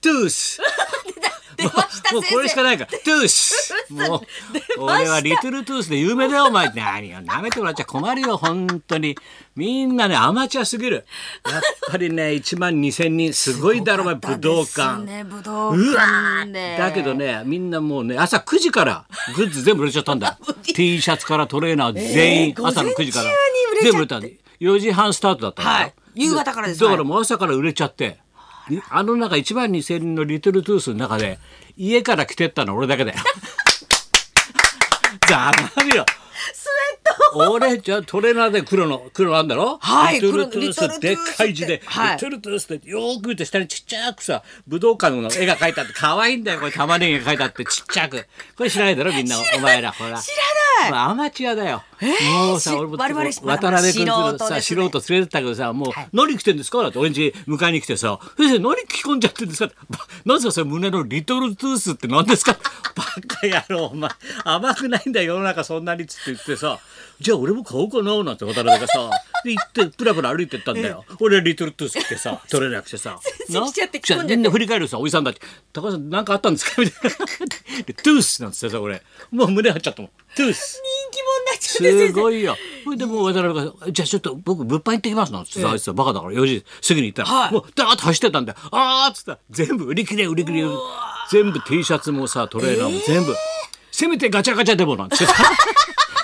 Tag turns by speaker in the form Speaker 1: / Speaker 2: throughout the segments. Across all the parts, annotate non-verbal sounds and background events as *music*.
Speaker 1: トゥース
Speaker 2: *laughs* 出ました
Speaker 1: もうこれしか
Speaker 2: い
Speaker 1: ないから、トゥースもう、俺はリトルトゥースで有名だよ、お前。何よ、舐めてもらっちゃ困るよ、本当に。みんなね、アマチュアすぎる。やっぱりね、1万2000人、すごいだろ、お前、武道館。
Speaker 2: ね武道
Speaker 1: うわ
Speaker 2: 館で
Speaker 1: ーだけどね、みんなもうね、朝9時からグッズ全部売れちゃったん
Speaker 2: *laughs*
Speaker 1: だ。T シャツからトレーナー全員、
Speaker 2: えー
Speaker 1: 朝の9時から
Speaker 2: 午前。中に
Speaker 1: 全
Speaker 2: 売
Speaker 1: 部売
Speaker 2: れ
Speaker 1: れ
Speaker 2: ち
Speaker 1: た
Speaker 2: ゃっ
Speaker 1: んで。4時半スタートだったんだよ。
Speaker 2: はい夕方からです
Speaker 1: だ
Speaker 2: はい
Speaker 1: からもう朝から売れちゃって。あの中1万2000人のリトルトゥースの中で、家から着てったの俺だけだよ。 *laughs* ざまみろ。
Speaker 2: スウェット
Speaker 1: 俺じゃあトレーナーで黒の黒なんだろ
Speaker 2: はい
Speaker 1: リトルトゥー
Speaker 2: 黒の
Speaker 1: スでっかい字で、
Speaker 2: リトルトゥースってはい
Speaker 1: リトルトゥースってよーく見て下にちっちゃくさ武道館の絵が描いてあって可愛いんだよこれ玉ねぎが描いてあってちっちゃくこれ知らないだろみんなお前らほら
Speaker 2: 知らない
Speaker 1: まあアマチュアだよ、もう
Speaker 2: し
Speaker 1: さ俺も
Speaker 2: 我々ま
Speaker 1: 渡
Speaker 2: だ
Speaker 1: 辺君
Speaker 2: 素
Speaker 1: と
Speaker 2: 人です
Speaker 1: さ
Speaker 2: ね
Speaker 1: 素人連れてったけどさもう、
Speaker 2: はい
Speaker 1: 何着てんですかだって俺んち迎えに来てさ先生何着込んじゃってんですかってばなんですかそれ胸のリトルトゥースって何ですかバカ野郎お前甘くないんだよ世の中そんなにっつって言ってさじゃあ俺も買おうかななんて渡辺がさで行ってプラプラ歩いてったんだよ、俺リトルトゥース着てさ取れなくてさ
Speaker 2: 生
Speaker 1: な
Speaker 2: 来ちゃって着込んじゃって
Speaker 1: みんな振り返るさおじさんたち「高橋さん何かあったんですか?」みたいなでトゥースなんつってさ俺もう胸張っちゃったもんトゥース
Speaker 2: 人気者になっちゃって
Speaker 1: すごいよ。それでもう渡辺が「じゃあちょっと僕物販行ってきます」なんつってあいつはバカだから4時過ぎに行ったら、
Speaker 2: はい
Speaker 1: もうダーッと走ってたんだよ。あーっつったら全部売り切れ売り切れ全部 T シャツもさトレーナーも全部、せめてガチャガチャでもなんつって *laughs* さ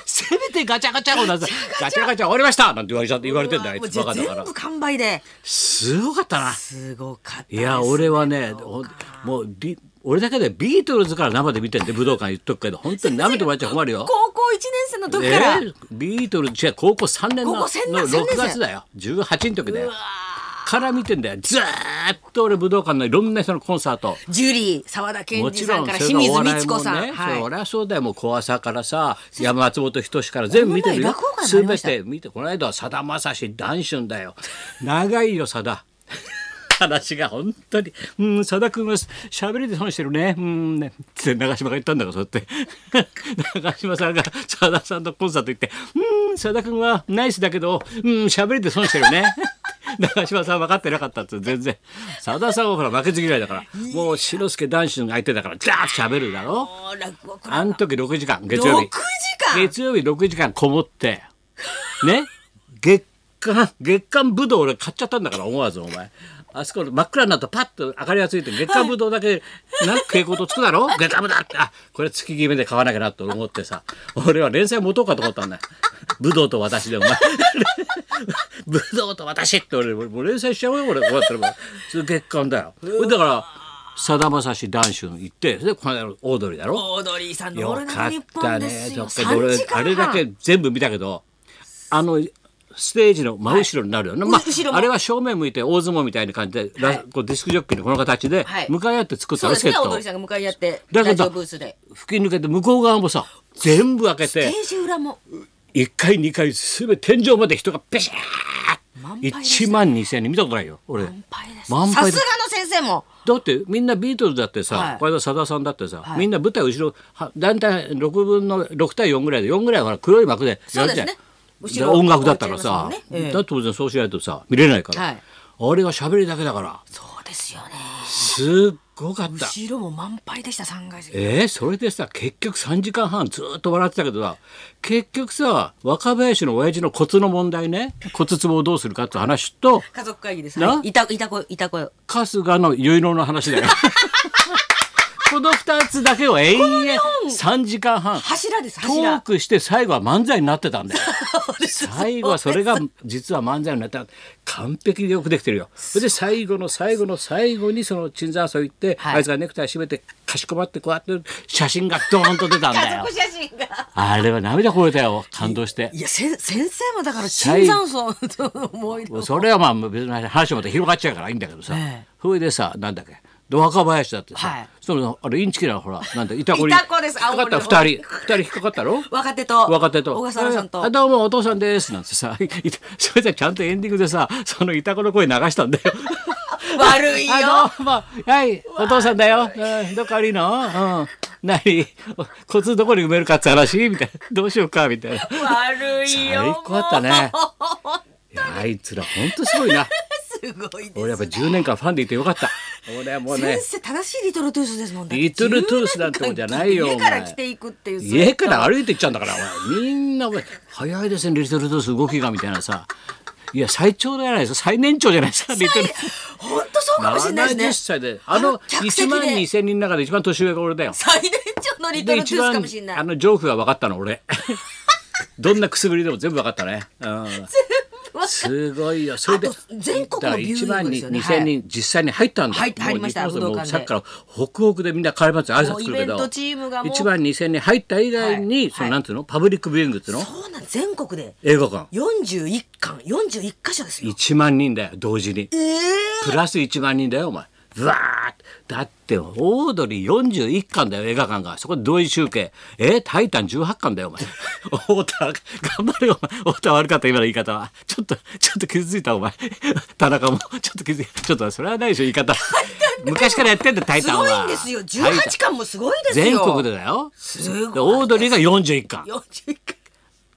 Speaker 1: せめてガチャガチャを出せガチャガチャ終わりましたなんて言われちゃって言われてんだよあい
Speaker 2: もう
Speaker 1: つ
Speaker 2: じゃ
Speaker 1: バ
Speaker 2: あ
Speaker 1: カだから
Speaker 2: 全部完売です
Speaker 1: ごかったな。
Speaker 2: すごかった
Speaker 1: いや俺はねほんもうビ俺だけでビートルズから生で見てんで武道館言っとくけど本当に舐めてもらっちゃ困るよ
Speaker 2: 高。校1年生の時から、
Speaker 1: えービートルズ違う高校3年の
Speaker 2: 高校三
Speaker 1: の6
Speaker 2: 年三年
Speaker 1: 月
Speaker 2: 生
Speaker 1: だよ18の時だよ
Speaker 2: うわ
Speaker 1: から見てんだよずーっと俺武道館のいろんな人のコンサート
Speaker 2: ジュリー澤田研
Speaker 1: も
Speaker 2: 二
Speaker 1: ち
Speaker 2: さ
Speaker 1: ろ
Speaker 2: ん
Speaker 1: ん
Speaker 2: から
Speaker 1: それ
Speaker 2: 清
Speaker 1: がお
Speaker 2: 水
Speaker 1: 笑
Speaker 2: 美
Speaker 1: い
Speaker 2: 智
Speaker 1: も
Speaker 2: 子さん、
Speaker 1: ね、
Speaker 2: は
Speaker 1: そ
Speaker 2: い
Speaker 1: 俺はそうだよもう小朝から
Speaker 2: *laughs*
Speaker 1: さ山松本人志から全部見てるよ
Speaker 2: こんなの
Speaker 1: すべ
Speaker 2: 落語会になりました
Speaker 1: て見てこの間はさだまさし談春だよ長いよさだ話が本当に「うんさだ君は喋りで損してるねうんね」って長嶋が言ったんだからそうやって *laughs* 長嶋さんがさださんのコンサート行って「うんさだ君はナイスだけどうん喋りで損してるね」 *laughs* 長嶋さん分かってなかったって全然さださんはほら負けず嫌いだからもう志の輔男子の相手だからガーッと喋るだろ
Speaker 2: もう落語これ
Speaker 1: あの時6時間月曜日
Speaker 2: 6時間
Speaker 1: 月曜日6時間こもってね *laughs* 月刊月刊ぶどう俺買っちゃったんだから思わずお前あそこの真っ暗になったらパッと明かりがついて月刊ぶどうだけなく蛍光灯つくだろ月刊ぶどうってあこれ月決めで買わなきゃなと思ってさ俺は連載持とうかと思ったんだよぶどうと私でお前 *laughs* ぶどうと私って俺もう連載しちゃうよ俺こうやったらもうそれ月刊だよそれだからさだまさし男子行ってそれでこの間のオードリーだろ
Speaker 2: オードリーさんの「
Speaker 1: よ
Speaker 2: オールナ
Speaker 1: か
Speaker 2: イ
Speaker 1: っ
Speaker 2: トニッポ
Speaker 1: た
Speaker 2: ン」で
Speaker 1: ね
Speaker 2: す
Speaker 1: ちょ
Speaker 2: よ
Speaker 1: っと俺
Speaker 2: 3時間
Speaker 1: あれだけ全部見たけどあのステージの真後ろになるよね、
Speaker 2: いう
Speaker 1: ま
Speaker 2: 後ろ
Speaker 1: あ、
Speaker 2: も
Speaker 1: あれは正面向いて大相撲みたいな感じで、ラこうディスクジョッキーのこの形で
Speaker 2: はい
Speaker 1: 向かい合って作った
Speaker 2: そう
Speaker 1: の、
Speaker 2: ですね
Speaker 1: セッ
Speaker 2: オー
Speaker 1: ト
Speaker 2: ド
Speaker 1: を
Speaker 2: リーさんが向かい合って
Speaker 1: だけ
Speaker 2: ラジ
Speaker 1: ど
Speaker 2: オブースで
Speaker 1: 吹き抜けて向こう側もさ全部開け
Speaker 2: ペ
Speaker 1: て
Speaker 2: ージ裏も
Speaker 1: 1階2階すべて天井まで人がペシャ
Speaker 2: 満
Speaker 1: ー
Speaker 2: 杯でした
Speaker 1: 1万2千人見たことないよ俺
Speaker 2: 満杯です
Speaker 1: 満
Speaker 2: さ
Speaker 1: 杯
Speaker 2: す
Speaker 1: で
Speaker 2: がの先生も
Speaker 1: だってみんなビートルズだってさ、
Speaker 2: はい
Speaker 1: これ間さださんだってさ、
Speaker 2: はい
Speaker 1: みんな舞台後ろはだいたい6分の6対4ぐらいで4ぐらいはほら黒い幕でやるじゃん、
Speaker 2: そうですね
Speaker 1: で
Speaker 2: 後ろ
Speaker 1: 音楽だったらさ、
Speaker 2: 置いちゃいますもんねええ
Speaker 1: だって当然そうしないとさ見れないから、
Speaker 2: はい
Speaker 1: あれは喋りだけだから
Speaker 2: そうですよね
Speaker 1: すっごかった。
Speaker 2: 後ろも満杯でした3階席
Speaker 1: えー、それでさ結局3時間半ずーっと笑ってたけどさ結局さ若林の親父のコツの問題ね骨壺をどうするかって話と
Speaker 2: 家族会議です
Speaker 1: な
Speaker 2: はいいたいた子いた子よ
Speaker 1: 春日の結納の話だ
Speaker 2: *laughs*
Speaker 1: よ。この二つだけを永遠3時間半
Speaker 2: 柱です
Speaker 1: トー
Speaker 2: 柱
Speaker 1: クして最後は漫才になってたんだよ。最後はそれが実は漫才になった完璧によくできてるよ。それで最後の最後の最後にその椿山荘行って、
Speaker 2: はい
Speaker 1: あいつがネクタイ締めてかしこまってこうやって写真がドーンと出
Speaker 2: *laughs*
Speaker 1: たんだ
Speaker 2: 家
Speaker 1: よ
Speaker 2: 族。写真が
Speaker 1: あれは涙こぼれたよ感動して。
Speaker 2: いやせ先生もだから
Speaker 1: 最
Speaker 2: 椿山荘の思い出を
Speaker 1: それはまあ別に話また広がっちゃうからいいんだけどさ、
Speaker 2: ええ
Speaker 1: それでさなんだっけで若林だってさ、
Speaker 2: はい
Speaker 1: そのあれインチキなほらなんだいたこに
Speaker 2: いたこです
Speaker 1: 引っかかった
Speaker 2: 青森
Speaker 1: 二人二人引っかかったろ
Speaker 2: 若手と
Speaker 1: 若手と
Speaker 2: 小笠原さん
Speaker 1: あ
Speaker 2: と
Speaker 1: どうもお父さんです」なんてさ *laughs* いいたそれでちゃんとエンディングでさそのいたこの声流したんだよ。
Speaker 2: 悪いよ
Speaker 1: あどうもはいお父さんだよ、うん、どこ悪いの、うん、何 *laughs* コツどこに埋めるかって話みたいなどうしようかみたいな。
Speaker 2: 悪いよ
Speaker 1: 最高だったね
Speaker 2: もう
Speaker 1: いやあいつら本当すごいな。
Speaker 2: すすごいですね。
Speaker 1: 俺やっぱ10年間ファンでいてよかった。俺はもうね
Speaker 2: 先、生正しいリトルトゥースですもんね。
Speaker 1: リトルトゥースなんてもんじゃないよ
Speaker 2: 家
Speaker 1: お
Speaker 2: か
Speaker 1: 前
Speaker 2: ら来ていくっていう。
Speaker 1: 家から
Speaker 2: る。
Speaker 1: 歩いていっちゃうんだから、お前みんなお前早いですね、リトルトゥース動きがみたいなさ。いや、最長じゃないですか、最年長じゃないですか、リトル。
Speaker 2: 本当そうかもしれな
Speaker 1: 70
Speaker 2: いですね。
Speaker 1: 歳で、あの
Speaker 2: 客
Speaker 1: 1
Speaker 2: 席で
Speaker 1: 万2000人の中で一番年上が俺だよ。
Speaker 2: 最年長のリト
Speaker 1: で
Speaker 2: ルト
Speaker 1: 一
Speaker 2: ゥースか
Speaker 1: 番
Speaker 2: もしれない。
Speaker 1: あのジョークが分かったの俺 *laughs* どんなくすぶりでも全部分かったね、うん、
Speaker 2: わ
Speaker 1: すごいよそれで
Speaker 2: あと全国のビューイング
Speaker 1: だから1万
Speaker 2: ですよね
Speaker 1: 2000人、実際に入ったんだ
Speaker 2: 入っ入りまし
Speaker 1: も
Speaker 2: た
Speaker 1: う日本
Speaker 2: 武道
Speaker 1: もう
Speaker 2: 館で
Speaker 1: さっきからホクホクでみんな帰ります挨拶来るけ
Speaker 2: もうイベン
Speaker 1: ど
Speaker 2: トチームがもう
Speaker 1: 1万2000人入った以外に、
Speaker 2: はい
Speaker 1: その
Speaker 2: はい
Speaker 1: なんていうのパブリックビューイングっていうの
Speaker 2: そうなん全国で
Speaker 1: 映画館
Speaker 2: 41巻41箇所ですよ。
Speaker 1: 1万人だよ同時に
Speaker 2: ええ
Speaker 1: プラス1万人だよお前うわーってだってオードリー41巻だよ映画館がそこで同時集計えー、タイタン18巻だよお前 *laughs* 太田頑張れよお前太田悪かった今の言い方はちょっとちょっと傷ついたお前田中もちょっと傷ついちょっとそれはないでしょ言い
Speaker 2: *laughs*
Speaker 1: 方昔からやってんだよタイ
Speaker 2: す
Speaker 1: タンは
Speaker 2: ごいんですよ。
Speaker 1: タイタン
Speaker 2: 18巻もすごいですよ。
Speaker 1: 全国でだよ
Speaker 2: ごい
Speaker 1: でオードリーが41巻
Speaker 2: 41巻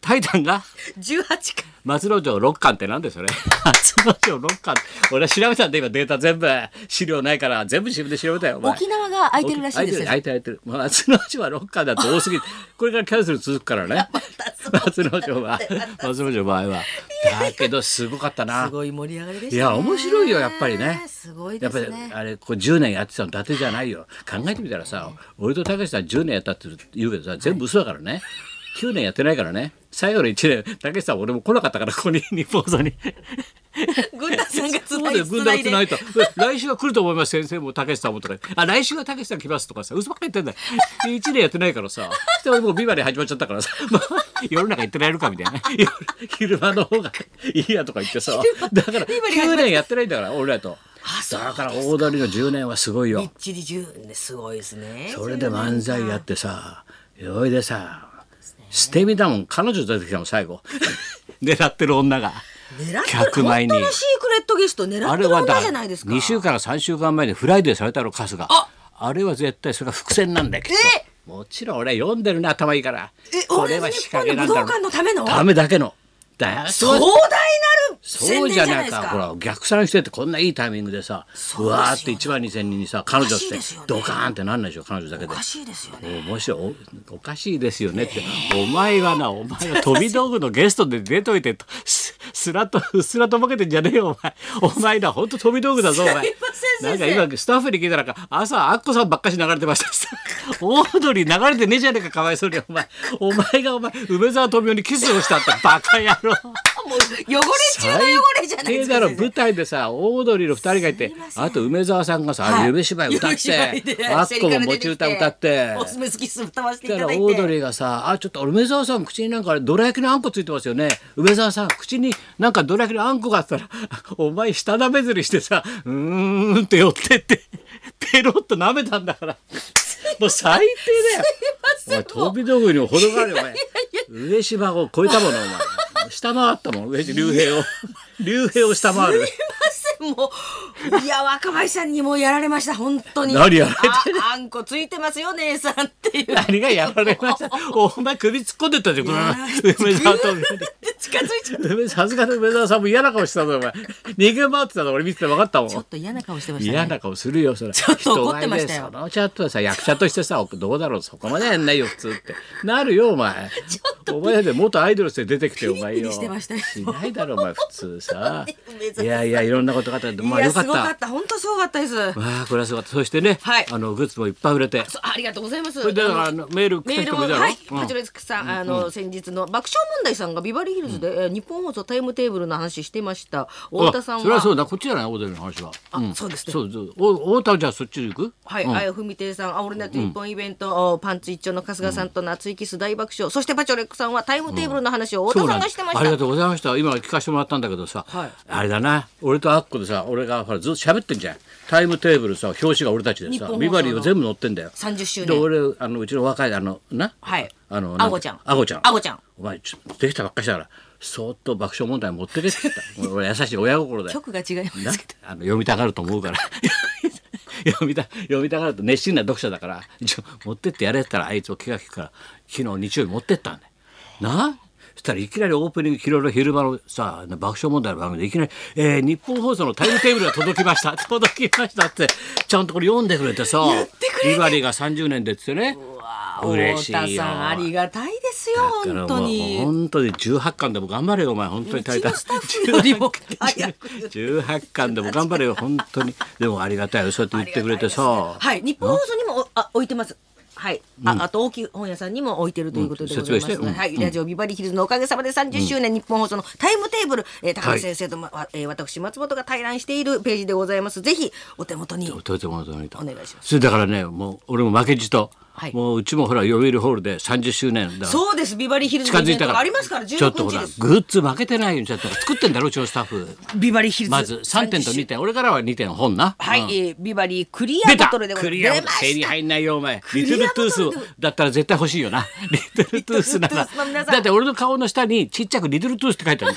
Speaker 1: タイタンが
Speaker 2: 18巻。
Speaker 1: 松之丞六巻ってなんでそれ *laughs* 松之丞六巻俺は調べたんで今データ全部資料ないから全部自分で調べたよお前
Speaker 2: 沖縄が空いてるらしいですよ
Speaker 1: 空いてる空いてる空いてるまあ松之丞は六巻だって多すぎるこれからキャンセル続くから
Speaker 2: *laughs*
Speaker 1: ね松之丞は松之丞の場合はだけどすごかったな
Speaker 2: *laughs* すごい盛り上がりでした、
Speaker 1: いや面白いよやっぱりね
Speaker 2: すごいです
Speaker 1: やっぱ
Speaker 2: ね
Speaker 1: り。あれこう10年やってたの伊達じゃないよ考えてみたらさ俺と高橋さん10年やったって言うけどさ全部嘘だからね、9年やってないからね最後の1年高橋さん俺も来なかったからここに日本放送に
Speaker 2: *laughs* 軍団さんがつ
Speaker 1: そう
Speaker 2: な
Speaker 1: だよ *laughs*
Speaker 2: い
Speaker 1: 軍団
Speaker 2: つ
Speaker 1: つ
Speaker 2: な
Speaker 1: ないい
Speaker 2: で
Speaker 1: と来週は来ると思います先生もたけしさんもとかあ来週はたけしさん来ますとかさ嘘ばっかり言ってんだよ1年 *laughs* やってないからさで俺もうビバリー始まっちゃったからさ、 *laughs* まあ、世の中行ってられるかみたいな *laughs* 夜昼間の方がいいやとか言ってさだから
Speaker 2: ビバリー始まっちゃった
Speaker 1: 9年やってないんだから俺らとだから大通りの10年はすごい
Speaker 2: びっ
Speaker 1: よ
Speaker 2: ちり10ねすごいですね。
Speaker 1: それで漫才やってさそれでさ捨て身だもん彼女出てきたもん最
Speaker 2: *laughs*
Speaker 1: 後狙ってる女が
Speaker 2: 狙ってる
Speaker 1: 客前に
Speaker 2: 本当のシークレットゲスト狙
Speaker 1: あ
Speaker 2: っ
Speaker 1: れ
Speaker 2: てる
Speaker 1: はだ
Speaker 2: 女じゃないですか。
Speaker 1: 2週から3週間前にフライデーされたろ春日
Speaker 2: あ
Speaker 1: あれは絶対それが伏線なんだけど
Speaker 2: え
Speaker 1: もちろん俺は読んでるね頭いいから
Speaker 2: え
Speaker 1: う
Speaker 2: 同じ日本の武道館のための
Speaker 1: ためだけのだよ
Speaker 2: 壮大なる
Speaker 1: そ
Speaker 2: 宣
Speaker 1: うじ
Speaker 2: 伝
Speaker 1: ゃ
Speaker 2: じゃな
Speaker 1: ないい
Speaker 2: です
Speaker 1: か
Speaker 2: か。
Speaker 1: ほら逆算してってこんないいタイミングでさ
Speaker 2: そううですよ
Speaker 1: わーって1万2,000人にさ彼女っ
Speaker 2: おかしい
Speaker 1: て
Speaker 2: ですよね
Speaker 1: ドカーンってなんないでしょ彼女だけ
Speaker 2: お
Speaker 1: で
Speaker 2: か。しいですよね。
Speaker 1: 面白いおおかしいですよねって、お前はなお前は飛び道具のゲストで出といてとすすらっと *laughs* うっすらとぼけてんじゃねえよお前お前なほんと飛び道具だぞお前
Speaker 2: すいません
Speaker 1: なん
Speaker 2: 先
Speaker 1: か
Speaker 2: 生
Speaker 1: 今スタッフに聞いたら朝アッコさんばっかし流れてましたオードリー流れてねえじゃねえかかわいそうにお前お前がお前梅沢富美男にキスをしたってバカ野郎
Speaker 2: もう汚れ中の汚れじゃないですか。
Speaker 1: だろ
Speaker 2: 先生
Speaker 1: 舞台でさオードリーの二人がいて
Speaker 2: すいません
Speaker 1: あと梅沢さんがさ、
Speaker 2: はい
Speaker 1: 夢芝居歌っ
Speaker 2: 夢芝居
Speaker 1: て
Speaker 2: で
Speaker 1: アッコも持ち歌歌って
Speaker 2: おすすめ好きす歌わせてい
Speaker 1: だ
Speaker 2: た
Speaker 1: から
Speaker 2: だ
Speaker 1: オ
Speaker 2: いて。
Speaker 1: ードリーがさ「あちょっと梅沢さん口になんかどら焼きのあんこついてますよね梅沢さん口になんかどら焼きのあんこがあったら *laughs* お前舌なめずりしてさうーんって寄ってってペロッと舐めたんだ
Speaker 2: *laughs*
Speaker 1: からもう最低だよお前飛び道具にも程があるよお前上島を超えたものお前下回った
Speaker 2: *laughs*
Speaker 1: もん上島竜兵を竜兵を下回る
Speaker 2: すいませんもういや若林さんにもうやられました本当に
Speaker 1: 何やられてる
Speaker 2: ああんこついてますよ姉さんっていう
Speaker 1: 何がやられましたお前首突っ込んでったじゃんこの *laughs* 梅沢富美男に。
Speaker 2: 近づいちゃう
Speaker 1: 梅 *laughs* さすがの梅沢さんも嫌な顔してたぞお前逃げ回ってたの俺見てて分かったも
Speaker 2: ちょっ
Speaker 1: ん
Speaker 2: と嫌な顔してましたね
Speaker 1: 嫌な顔するよそれち
Speaker 2: ょっと怒ってましたよ
Speaker 1: そのチャットはさ役者としてさどうだろうそこまでやんないよ普通ってなるよお前
Speaker 2: ちょっと
Speaker 1: お前で元アイドルとして出てきてお前
Speaker 2: ピリピ
Speaker 1: よ
Speaker 2: リしてましたよ
Speaker 1: ないだろお前普通さ
Speaker 2: 本当に *laughs* 梅沢さ
Speaker 1: い
Speaker 2: ん
Speaker 1: やいやいろんなことがあったけどまあ
Speaker 2: いや
Speaker 1: よかっ
Speaker 2: すごか
Speaker 1: た
Speaker 2: った本当すごかったですそ
Speaker 1: まあこれはすごかったそしてね、
Speaker 2: はい
Speaker 1: あのグッズもいっぱい売れて
Speaker 2: うありがとうございます
Speaker 1: それでだからあのメール来
Speaker 2: メ
Speaker 1: た
Speaker 2: ール
Speaker 1: 人
Speaker 2: も
Speaker 1: もいたろ
Speaker 2: はい、
Speaker 1: うん
Speaker 2: パチュレスクさん、あの、先日の爆笑問題さんがビバリーヒルズで、えー日本放送タイムテーブルの話してました。太田さん
Speaker 1: あそれは
Speaker 2: は、
Speaker 1: そうだこっちじゃない大手の話は
Speaker 2: あそうですね
Speaker 1: そうそうお大田はじゃあそっちに行く
Speaker 2: はい、あやふみていさん、あ、俺の日本イベント、おパンツ一丁の春日さんと夏井キス大爆笑、そしてパチョレックさんはタイムテーブルの話を太
Speaker 1: そう
Speaker 2: 田
Speaker 1: なんだ
Speaker 2: さんがしてまし
Speaker 1: ありが
Speaker 2: た。
Speaker 1: とうございました今聞かせてもらったんだけどさ、
Speaker 2: はい
Speaker 1: あれだな俺とアッコでさ俺がほらずっと喋ってんじゃんタイムテーブルさ表紙が俺たちで
Speaker 2: 日本
Speaker 1: さ
Speaker 2: 放送の
Speaker 1: ビバリーを全部載ってんだよ
Speaker 2: 30周年
Speaker 1: で俺あのうちの若いあのな
Speaker 2: はい
Speaker 1: あの
Speaker 2: アゴちゃん
Speaker 1: あごちゃん
Speaker 2: アゴちゃん
Speaker 1: お前ちょできたばっかしだからそーっと爆笑問題持ってけって言っ
Speaker 2: *laughs*
Speaker 1: た俺優しい親心だよ
Speaker 2: 曲が違いま
Speaker 1: な
Speaker 2: すけ
Speaker 1: あの読みたがると思うから *laughs* 読みた読みたがると熱心な読者だからちょ持ってってやれって言ったらあいつを気が利くから昨日日曜日持ってったんだよなそしたらいきなりオープニング昨日の昼間のさ爆笑問題の番組でいきなり、えー日本放送のタイムテーブルが届きました *laughs* 届きましたってちゃんとこれ読んでくれてさビバリーが30年でっつってね嬉しいよ
Speaker 2: 太田さんありがたいですよ本当
Speaker 1: もう
Speaker 2: に。
Speaker 1: 本当に18巻でも頑張れよお前本当に
Speaker 2: うち
Speaker 1: 大
Speaker 2: の
Speaker 1: 体
Speaker 2: スタッフよりも早く
Speaker 1: 18巻でも頑張れよ本当にでもありがたいよそうやって言ってくれてさ
Speaker 2: はい、日本放送にもおあ置いてます。はい、あ、あと大きい本屋さんにも置いてるということでございます。
Speaker 1: うん説明してうん
Speaker 2: はい、ラジオビバリーヒルズのおかげさまで30周年、日本放送のタイムテーブル、えー、高橋先生と、まわえー私松本が対談しているページでございます。ぜひお手元に。
Speaker 1: とてもとにと
Speaker 2: お願いします
Speaker 1: それだからねもう俺も負けじと、
Speaker 2: はい
Speaker 1: もううちもほら読売ホールで30周年だ
Speaker 2: そうです、ビバリーヒルズ
Speaker 1: 近
Speaker 2: のイ
Speaker 1: づ
Speaker 2: ベ
Speaker 1: い
Speaker 2: ント
Speaker 1: たか
Speaker 2: が
Speaker 1: ら
Speaker 2: ありますから、
Speaker 1: ちょっとほ
Speaker 2: 16日
Speaker 1: ら
Speaker 2: です。
Speaker 1: グッズ負けてないようにちょっと作ってんだろうちのスタッフ
Speaker 2: ビバリーヒルズ。
Speaker 1: まず3点と2点俺からは2点本な
Speaker 2: はい、
Speaker 1: うん
Speaker 2: えービバリークリア
Speaker 1: 出
Speaker 2: ボ
Speaker 1: た
Speaker 2: トルでござ
Speaker 1: ク
Speaker 2: い
Speaker 1: リア
Speaker 2: ま
Speaker 1: ボ
Speaker 2: す。出
Speaker 1: トル
Speaker 2: ました
Speaker 1: 整理入んないよお前リト
Speaker 2: リ
Speaker 1: ル
Speaker 2: アボ
Speaker 1: ト
Speaker 2: ト
Speaker 1: ゥ
Speaker 2: ル
Speaker 1: ースをだったら絶対欲しいよなリトルトゥースな
Speaker 2: リトル
Speaker 1: ら
Speaker 2: トゥースの皆さん
Speaker 1: だって俺の顔の下にちっちゃくリトルトゥースって書いてある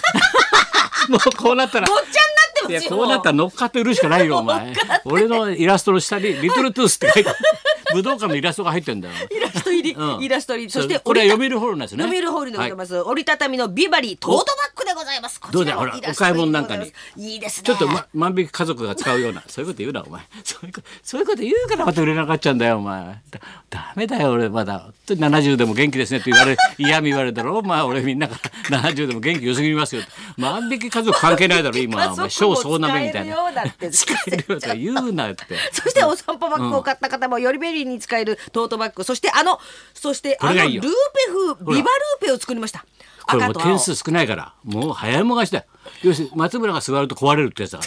Speaker 1: もうこうなったら
Speaker 2: ごっちゃに
Speaker 1: い
Speaker 2: な
Speaker 1: や
Speaker 2: ってますよ。
Speaker 1: こうなったら乗っかって売るしかないよお
Speaker 2: 乗
Speaker 1: 前
Speaker 2: っ
Speaker 1: 俺のイラストの下にリトルトゥースって書いてある武道館のイラストが入ってんだよ
Speaker 2: イラスト入り、
Speaker 1: うん
Speaker 2: イラスト入り、そして
Speaker 1: これは
Speaker 2: 折りた
Speaker 1: 読売ホールなんですね
Speaker 2: 読売ホールでございます、折りたたみのビバリートートバッグでございますこ
Speaker 1: どう
Speaker 2: ち
Speaker 1: だ
Speaker 2: ら
Speaker 1: よ
Speaker 2: も
Speaker 1: ほら
Speaker 2: イラスト
Speaker 1: お買い物なんかに
Speaker 2: 入りでございますいいですね
Speaker 1: ちょっと、ま、万引き家族が使うような *laughs* そういうこと言うなお前そういうことそういうこと言うからまた売れなくなっちゃうんだよお前だダメだよ俺まだ本当に70でも元気ですねって言われ嫌み言われたろまあ俺みんなから70でも元気良すぎますよって万引き家族関係ないだろ今お前小総なめみたいな
Speaker 2: 使えるようだっ
Speaker 1: *laughs*
Speaker 2: て
Speaker 1: 使えるようだって言うなって
Speaker 2: そしてお散歩バッグを買った方もより便利に使えるトートバッグ、そしてあのそしてあ
Speaker 1: こ
Speaker 2: の
Speaker 1: れ
Speaker 2: ル
Speaker 1: がい
Speaker 2: ーペ
Speaker 1: いよ
Speaker 2: 風
Speaker 1: ら
Speaker 2: ビバルーペを作りました
Speaker 1: これも
Speaker 2: 赤
Speaker 1: う
Speaker 2: と青
Speaker 1: 点数少ないからもう早いもがしだよ要するに松村が座ると壊れるってやつだか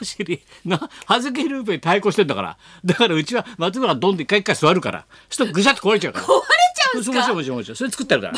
Speaker 1: ら
Speaker 2: *laughs*
Speaker 1: 知りな葉月ルーペに対抗してんだからだからうちは松村がドンって一回一回座るからそうするとぐしゃっと壊れちゃ
Speaker 2: *laughs*
Speaker 1: うから
Speaker 2: 壊れちゃうんで
Speaker 1: そ
Speaker 2: す
Speaker 1: う
Speaker 2: か
Speaker 1: もちろんもちろんもちろんそれ作ってあ
Speaker 2: *laughs*
Speaker 1: るから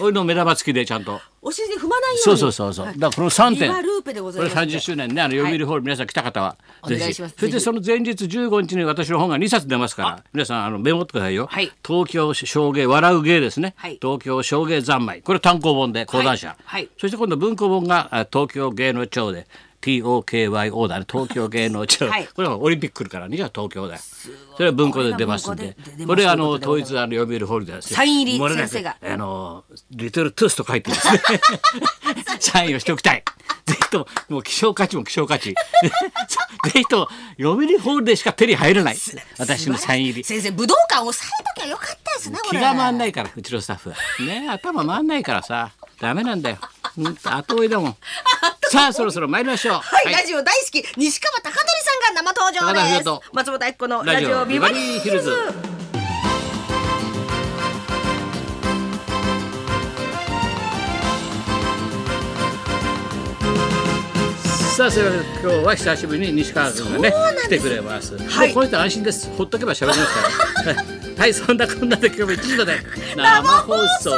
Speaker 1: 俺の目玉付きでちゃんと
Speaker 2: お尻で踏まないように
Speaker 1: そうそうそうそうだからこの3点
Speaker 2: ビバルーペでございます
Speaker 1: これ30周年ねあの読売ホール皆さん来た方は
Speaker 2: お
Speaker 1: ぜ
Speaker 2: 願
Speaker 1: ひ
Speaker 2: いします
Speaker 1: それで
Speaker 2: ぜひ
Speaker 1: その前日15日に私の本が2冊出ますから皆さんあのメモってくださいよ
Speaker 2: はい
Speaker 1: 東京証芸笑う芸ですね
Speaker 2: はい
Speaker 1: 東京証芸三昧これ単行本で講談社
Speaker 2: はいはい
Speaker 1: そして今度文庫本があ東京芸能庁で TOKYO だね東京芸能庁
Speaker 2: はい
Speaker 1: これはオリンピック来るからねじゃあ東京だよそれは文庫で出ますんで
Speaker 2: これが文庫で出ます
Speaker 1: これあ
Speaker 2: という
Speaker 1: の
Speaker 2: ことでご
Speaker 1: 統
Speaker 2: ざいます
Speaker 1: 一あの読売ホールでですね
Speaker 2: サイン入り
Speaker 1: 漏れなく
Speaker 2: 先生が
Speaker 1: あのリトルトゥースと書いてます
Speaker 2: *laughs*
Speaker 1: ねサインをしておきたいぜひとももう希少価値も希少価値 *laughs* ぜひとも読売ホールでしか手に入らない私のサイン入り
Speaker 2: 先生武道館押さえときゃよかったですねこ
Speaker 1: 気
Speaker 2: れ
Speaker 1: が回んないからうちのスタッフはね頭回んないからさダメなんだようんと後追い
Speaker 2: *laughs*
Speaker 1: だもんさあそろそろ参りましょう
Speaker 2: はい、
Speaker 1: はい
Speaker 2: ラジオ大好き西川貴教さんが生登場で
Speaker 1: 高田文
Speaker 2: す
Speaker 1: 夫
Speaker 2: 松本明子のラ
Speaker 1: ラ
Speaker 2: ジ
Speaker 1: ジ
Speaker 2: オ
Speaker 1: オ
Speaker 2: ビ
Speaker 1: ビ
Speaker 2: バ
Speaker 1: バ
Speaker 2: リ
Speaker 1: リ
Speaker 2: ー
Speaker 1: ー
Speaker 2: ヒ
Speaker 1: ヒ
Speaker 2: ル
Speaker 1: ル
Speaker 2: ズ
Speaker 1: ズさあそれでは今日は久しぶりに西川君がね来てくれます、
Speaker 2: はい
Speaker 1: もうこの人安心ですほっとけば喋りますからはいそんなこんなで今日も1時まで
Speaker 2: 生放送